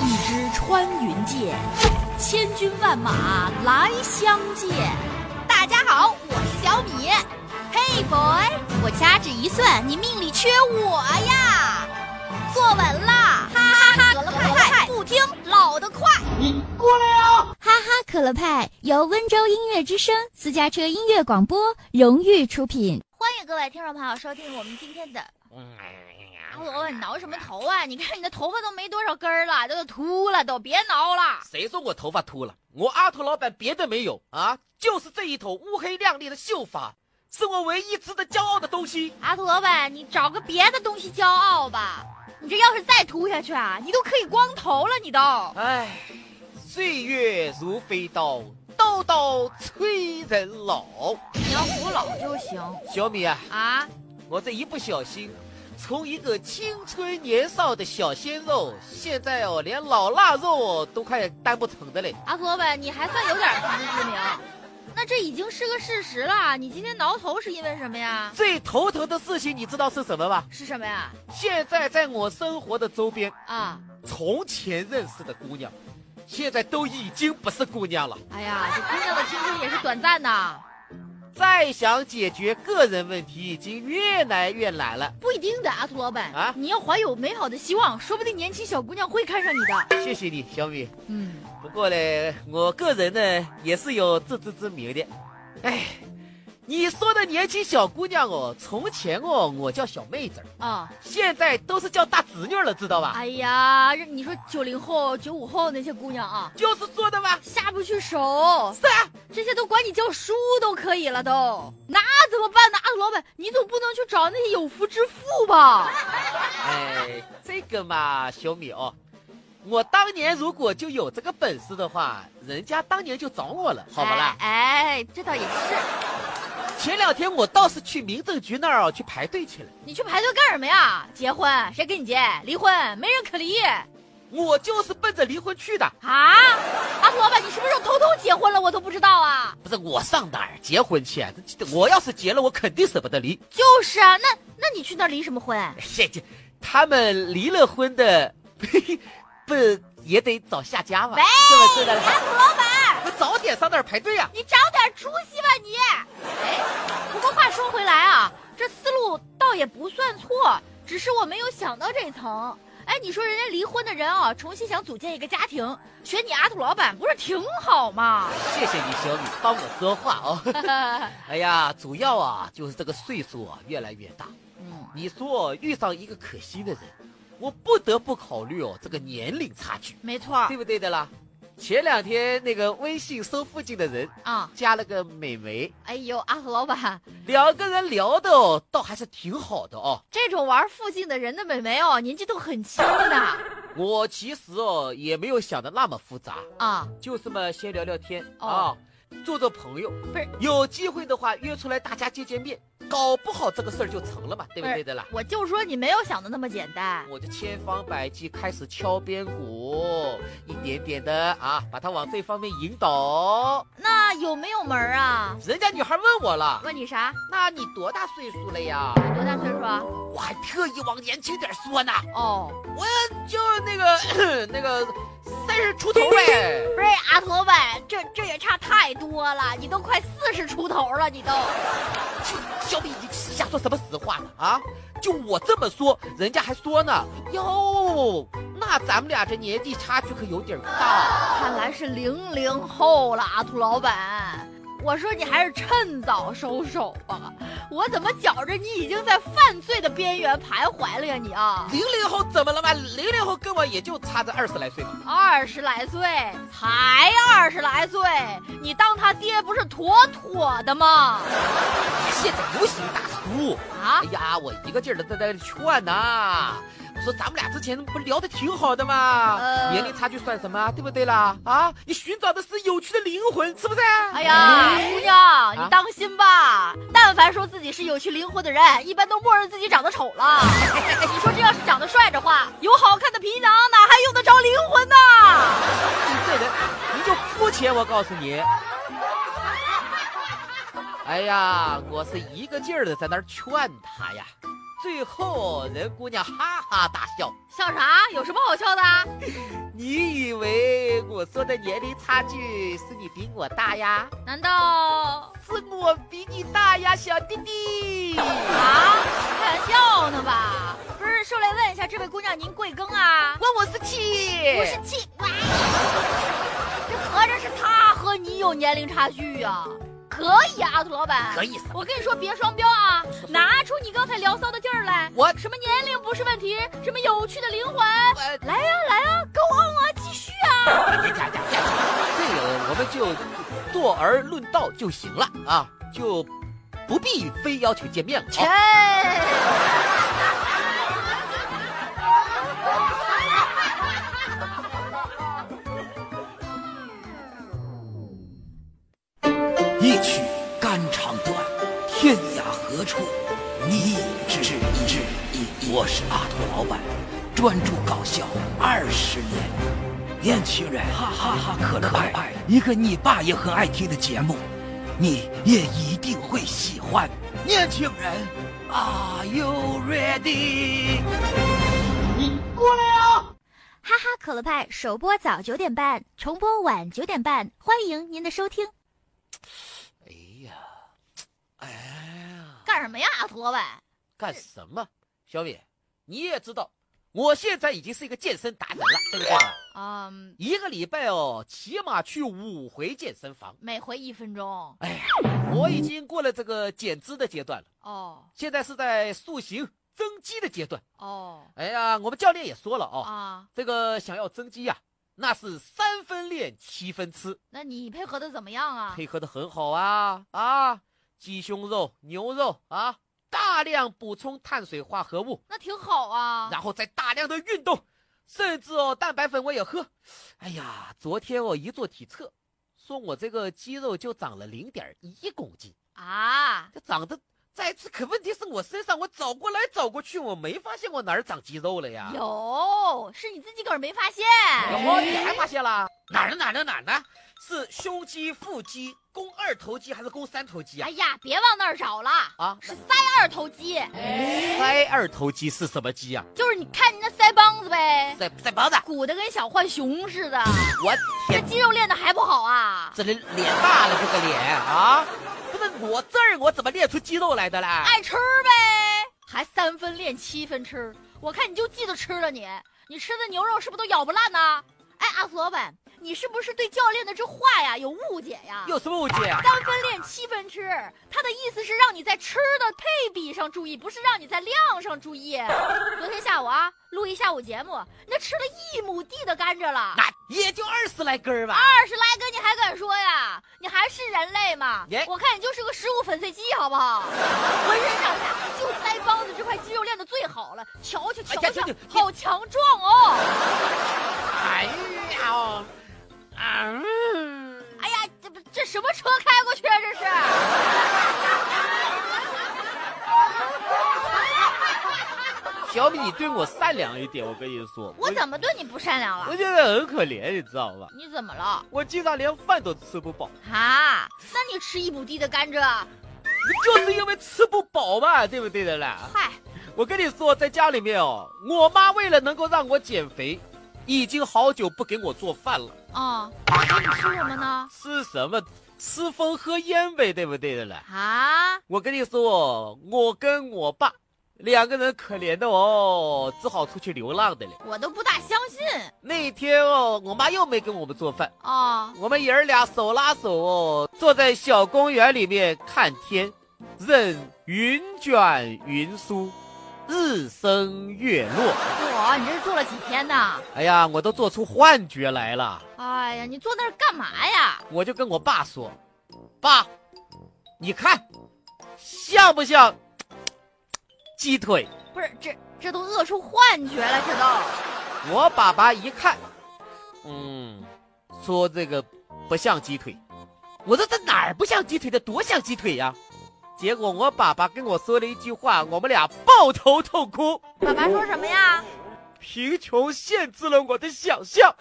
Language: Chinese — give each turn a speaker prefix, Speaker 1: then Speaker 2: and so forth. Speaker 1: 一支穿云箭，千军万马来相见。
Speaker 2: 大家好，我是小米。
Speaker 3: Hey boy，
Speaker 2: 我掐指一算，你命里缺我呀！
Speaker 3: 坐稳啦！
Speaker 2: 哈哈哈，可乐派不听老的快。
Speaker 4: 你过来啊！
Speaker 5: 哈哈，可乐派由温州音乐之声私家车音乐广播荣誉出品。
Speaker 3: 欢迎各位听众朋友收听我们今天的。
Speaker 4: 嗯
Speaker 2: 我、哦、你挠什么头啊？你看你的头发都没多少根儿了，都秃了，都别挠了。
Speaker 4: 谁说我头发秃了？我阿头老板别的没有啊，就是这一头乌黑亮丽的秀发，是我唯一值得骄傲的东西。
Speaker 2: 阿头老板，你找个别的东西骄傲吧。你这要是再秃下去啊，你都可以光头了，你都。
Speaker 4: 唉，岁月如飞刀，刀刀催人老。
Speaker 2: 你要服老就行。
Speaker 4: 小米啊，
Speaker 2: 啊，
Speaker 4: 我这一不小心。从一个青春年少的小鲜肉，现在哦，连老腊肉都快当不成的嘞。
Speaker 2: 阿婆板，你还算有点自知之明，那这已经是个事实了。你今天挠头是因为什么呀？
Speaker 4: 最头疼的事情你知道是什么吗？
Speaker 2: 是什么呀？
Speaker 4: 现在在我生活的周边
Speaker 2: 啊，
Speaker 4: 从前认识的姑娘，现在都已经不是姑娘了。
Speaker 2: 哎呀，这姑娘的青春也是短暂的。
Speaker 4: 再想解决个人问题，已经越来越难了。
Speaker 2: 不一定的，阿兔老板
Speaker 4: 啊，
Speaker 2: 你要怀有美好的希望，说不定年轻小姑娘会看上你的。
Speaker 4: 谢谢你，小米。
Speaker 2: 嗯，
Speaker 4: 不过呢，我个人呢也是有自知之明的。哎，你说的年轻小姑娘哦，从前哦我叫小妹子
Speaker 2: 啊，
Speaker 4: 现在都是叫大侄女了，知道吧？
Speaker 2: 哎呀，你说九零后、九五后那些姑娘啊，
Speaker 4: 就是说的嘛，
Speaker 2: 下不去手。
Speaker 4: 是啊。
Speaker 2: 这些都管你叫叔都可以了都，都那怎么办呢？阿土老板，你总不能去找那些有夫之妇吧？
Speaker 4: 哎，这个嘛，小米哦，我当年如果就有这个本事的话，人家当年就找我了，好不啦？
Speaker 2: 哎,哎，这倒也是。
Speaker 4: 前两天我倒是去民政局那儿、哦、去排队去了。
Speaker 2: 你去排队干什么呀？结婚？谁跟你结？离婚？没人可离。
Speaker 4: 我就是奔着离婚去的
Speaker 2: 啊！阿土老板，你是不是偷偷结婚了？我都不知道啊！
Speaker 4: 不是我上哪儿结婚去、啊？我要是结了，我肯定舍不得离。
Speaker 2: 就是啊，那那你去那儿离什么婚？
Speaker 4: 这这，他们离了婚的， 不也得找下家吗？
Speaker 2: 喂，阿土老板，
Speaker 4: 我早点上那儿排队啊！
Speaker 2: 你长点出息吧你！哎，不过话说回来啊，这思路倒也不算错，只是我没有想到这层。哎，你说人家离婚的人啊，重新想组建一个家庭，选你阿土老板不是挺好吗？ 嗯
Speaker 4: 谢谢你，小米帮我说话哦。哎呀，主要啊就是这个岁数啊越来越大。
Speaker 2: 嗯，
Speaker 4: 你说遇上一个可心的人，我不得不考虑哦这个年龄差距。
Speaker 2: 没错，
Speaker 4: 对不对的啦？前两天那个微信搜附近的人
Speaker 2: 啊，嗯、
Speaker 4: 加了个美眉。
Speaker 2: 哎呦，阿土老板，
Speaker 4: 两个人聊的、哦、倒还是挺好的哦。
Speaker 2: 这种玩附近的人的美眉哦，年纪都很轻的呢。
Speaker 4: 我其实哦也没有想的那么复杂
Speaker 2: 啊，
Speaker 4: 就是嘛，先聊聊天啊、
Speaker 2: 哦
Speaker 4: 哦，做做朋友。
Speaker 2: 不是，
Speaker 4: 有机会的话约出来大家见见面，搞不好这个事儿就成了嘛，对不对的啦？
Speaker 2: 我就说你没有想的那么简单。
Speaker 4: 我就千方百计开始敲边鼓。一点点的啊，把他往这方面引导。
Speaker 2: 那有没有门啊？
Speaker 4: 人家女孩问我了，
Speaker 2: 问你啥？
Speaker 4: 那你多大岁数了呀？
Speaker 2: 多大岁数啊？
Speaker 4: 我还特意往年轻点说呢。
Speaker 2: 哦，
Speaker 4: 我就那个那个三十出头嘞。
Speaker 2: 不是哎阿头呗，这这也差太多了，你都快四十出头了，你都。
Speaker 4: 小米，你瞎说什么实话呢？啊？就我这么说，人家还说呢。哟，那咱们俩这年纪差距可有点大。
Speaker 2: 看来是零零后了，阿兔老板。我说你还是趁早收手吧。我怎么觉着你已经在犯罪的边缘徘徊了呀？你啊，
Speaker 4: 零零后怎么了嘛？零零后跟我也就差这二十来岁嘛。
Speaker 2: 二十来岁，才二十来岁，你当他爹不是妥妥的吗？
Speaker 4: 现在流行大叔
Speaker 2: 啊！
Speaker 4: 哎呀，我一个劲儿的在那劝呐、啊，我说咱们俩之前不聊的挺好的嘛，
Speaker 2: 呃、
Speaker 4: 年龄差距算什么，对不对啦？啊，你寻找的是有趣的灵魂，是不是？
Speaker 2: 哎呀，姑娘，你当心吧，啊、但凡说自己是有趣灵魂的人，一般都默认自己长得丑了。 你说这要是长得帅的话，有好看的皮囊，哪还用得着灵魂呢？
Speaker 4: 你这人，你就肤浅，我告诉你。哎呀，我是一个劲儿的在那儿劝他呀，最后人姑娘哈哈大笑，
Speaker 2: 笑啥？有什么好笑的？
Speaker 4: 你我说的年龄差距是你比我大呀？
Speaker 2: 难道
Speaker 4: 是我比你大呀，小弟弟。
Speaker 2: 啊？开玩笑呢吧？不是，受累问一下，这位姑娘您贵庚啊？
Speaker 4: 问我是气，
Speaker 2: 我是气，喂，这合着是他和你有年龄差距呀、可以啊，土老板，
Speaker 4: 可以什么
Speaker 2: 我跟你说，别双标啊，拿出你刚才聊骚的劲儿来。
Speaker 4: 我
Speaker 2: 什么年龄不是问题，什么有趣的灵魂，
Speaker 4: 呃
Speaker 2: 来呀、来呀、g o on 啊，继续啊！
Speaker 4: 呀呀呀！这个我们就坐而论道就行了啊，就不必非要求见面了。啊
Speaker 2: 切、
Speaker 6: 一曲肝肠断，天涯何处觅知音？我是阿土老板，专注搞笑二十年。年轻人，哈哈哈可爱，一个你爸也很爱听的节目，你也一定会喜欢。年轻人，Are you ready？
Speaker 5: 哈哈可乐派首播早九点半，重播晚九点半，欢迎您的收听。
Speaker 4: 哎呀，哎呀，
Speaker 2: 干什么呀，土老板？
Speaker 4: 干什么？小伟，你也知道，我现在已经是一个健身达人了，对不对？
Speaker 2: 嗯，
Speaker 4: 一个礼拜哦，起码去五回健身房。
Speaker 2: 每回一分钟
Speaker 4: 哎呀，我已经过了这个减脂的阶段了，
Speaker 2: 哦
Speaker 4: 现在是在塑形增肌的阶段。
Speaker 2: 哦
Speaker 4: 哎呀，我们教练也说了哦，
Speaker 2: 啊，
Speaker 4: 这个想要增肌呀、那是三分练七分吃，
Speaker 2: 那你配合的怎么样啊？
Speaker 4: 配合的很好啊啊！鸡胸肉、牛肉啊，大量补充碳水化合物，
Speaker 2: 那挺好啊。
Speaker 4: 然后再大量的运动，甚至哦，蛋白粉我也喝。哎呀，昨天我一做体测，说我这个肌肉就长了零点一公斤，
Speaker 2: 啊，
Speaker 4: 这长得再次，可问题是我身上我找过来找过去，我没发现我哪儿长肌肉了呀。
Speaker 2: 有，是你自己个儿没发现。
Speaker 4: 哦，你还发现了哪儿呢？哪儿呢？哪儿呢？是胸肌、腹肌、肱二头肌还是肱三头肌啊
Speaker 2: 哎？呀，别往那儿找了，
Speaker 4: 啊，
Speaker 2: 是塞二头肌，
Speaker 4: 塞二头肌是什么肌啊？
Speaker 2: 就是你看你那腮帮子呗，
Speaker 4: 塞腮帮子。
Speaker 2: 鼓得跟小浣熊似的，
Speaker 4: 我
Speaker 2: 这
Speaker 4: 天，
Speaker 2: 肌肉练得还不好啊？
Speaker 4: 这人脸大了，这个脸啊！不是我这儿我怎么练出肌肉来的啦？
Speaker 2: 爱吃呗，还三分练七分吃，我看你就记得吃了你，你吃的牛肉是不是都咬不烂呢？哎，阿福老板，你是不是对教练的这话呀有误解呀？
Speaker 4: 有什么误解啊？
Speaker 2: 三分练七分吃，他的意思是让你在吃的配比上注意，不是让你在量上注意。昨天下午啊，录一下午节目，那吃了一亩地的甘蔗了，
Speaker 4: 那也就二十来根儿吧。
Speaker 2: 二十来根，你还敢说呀？你还是人类吗
Speaker 4: 耶？
Speaker 2: 我看你就是个食物粉碎机，好不 好？浑身上下就腮帮子这块肌肉练得最好了，瞧瞧瞧
Speaker 4: 哎呀
Speaker 2: 瞧
Speaker 4: 这这，
Speaker 2: 好强壮哦！
Speaker 4: 哎呀哦，啊嗯
Speaker 2: 哎呀，这不这什么车开过去啊？这是。
Speaker 4: 小米，你对我善良一点，我跟你说，
Speaker 2: 我怎么对你不善良了？
Speaker 4: 我现在很可怜，你知道吧？
Speaker 2: 你怎么了？
Speaker 4: 我经常连饭都吃不饱，
Speaker 2: 啊，那你吃一亩地的甘蔗，
Speaker 4: 就是因为吃不饱嘛，对不对的啦？
Speaker 2: 嗨，
Speaker 4: 我跟你说，在家里面哦，我妈为了能够让我减肥，已经好久不给我做饭了。
Speaker 2: 哦，那你吃什么呢？
Speaker 4: 吃什么？吃风喝烟呗，对不对的啦？
Speaker 2: 啊，
Speaker 4: 我跟你说，我跟我爸两个人可怜的哦，只好出去流浪的了。
Speaker 2: 我都不大相信
Speaker 4: 那天哦，我妈又没给我们做饭，
Speaker 2: 哦。
Speaker 4: 我们爷儿俩手拉手哦，坐在小公园里面看天，任云卷云舒，日升月落。
Speaker 2: 哇，你这是做了几天呢？
Speaker 4: 哎呀，我都做出幻觉来了。
Speaker 2: 哎呀，你坐那儿干嘛呀？
Speaker 4: 我就跟我爸说：“爸，你看，像不像鸡腿
Speaker 2: 不是，这这都饿出幻觉了，这都。？”
Speaker 4: 我爸爸一看，嗯，说这个不像鸡腿。我说这哪儿不像鸡腿的，多像鸡腿呀、结果我爸爸跟我说了一句话，我们俩抱头痛哭。
Speaker 2: 爸爸说什么呀？
Speaker 4: 贫穷限制了我的想象。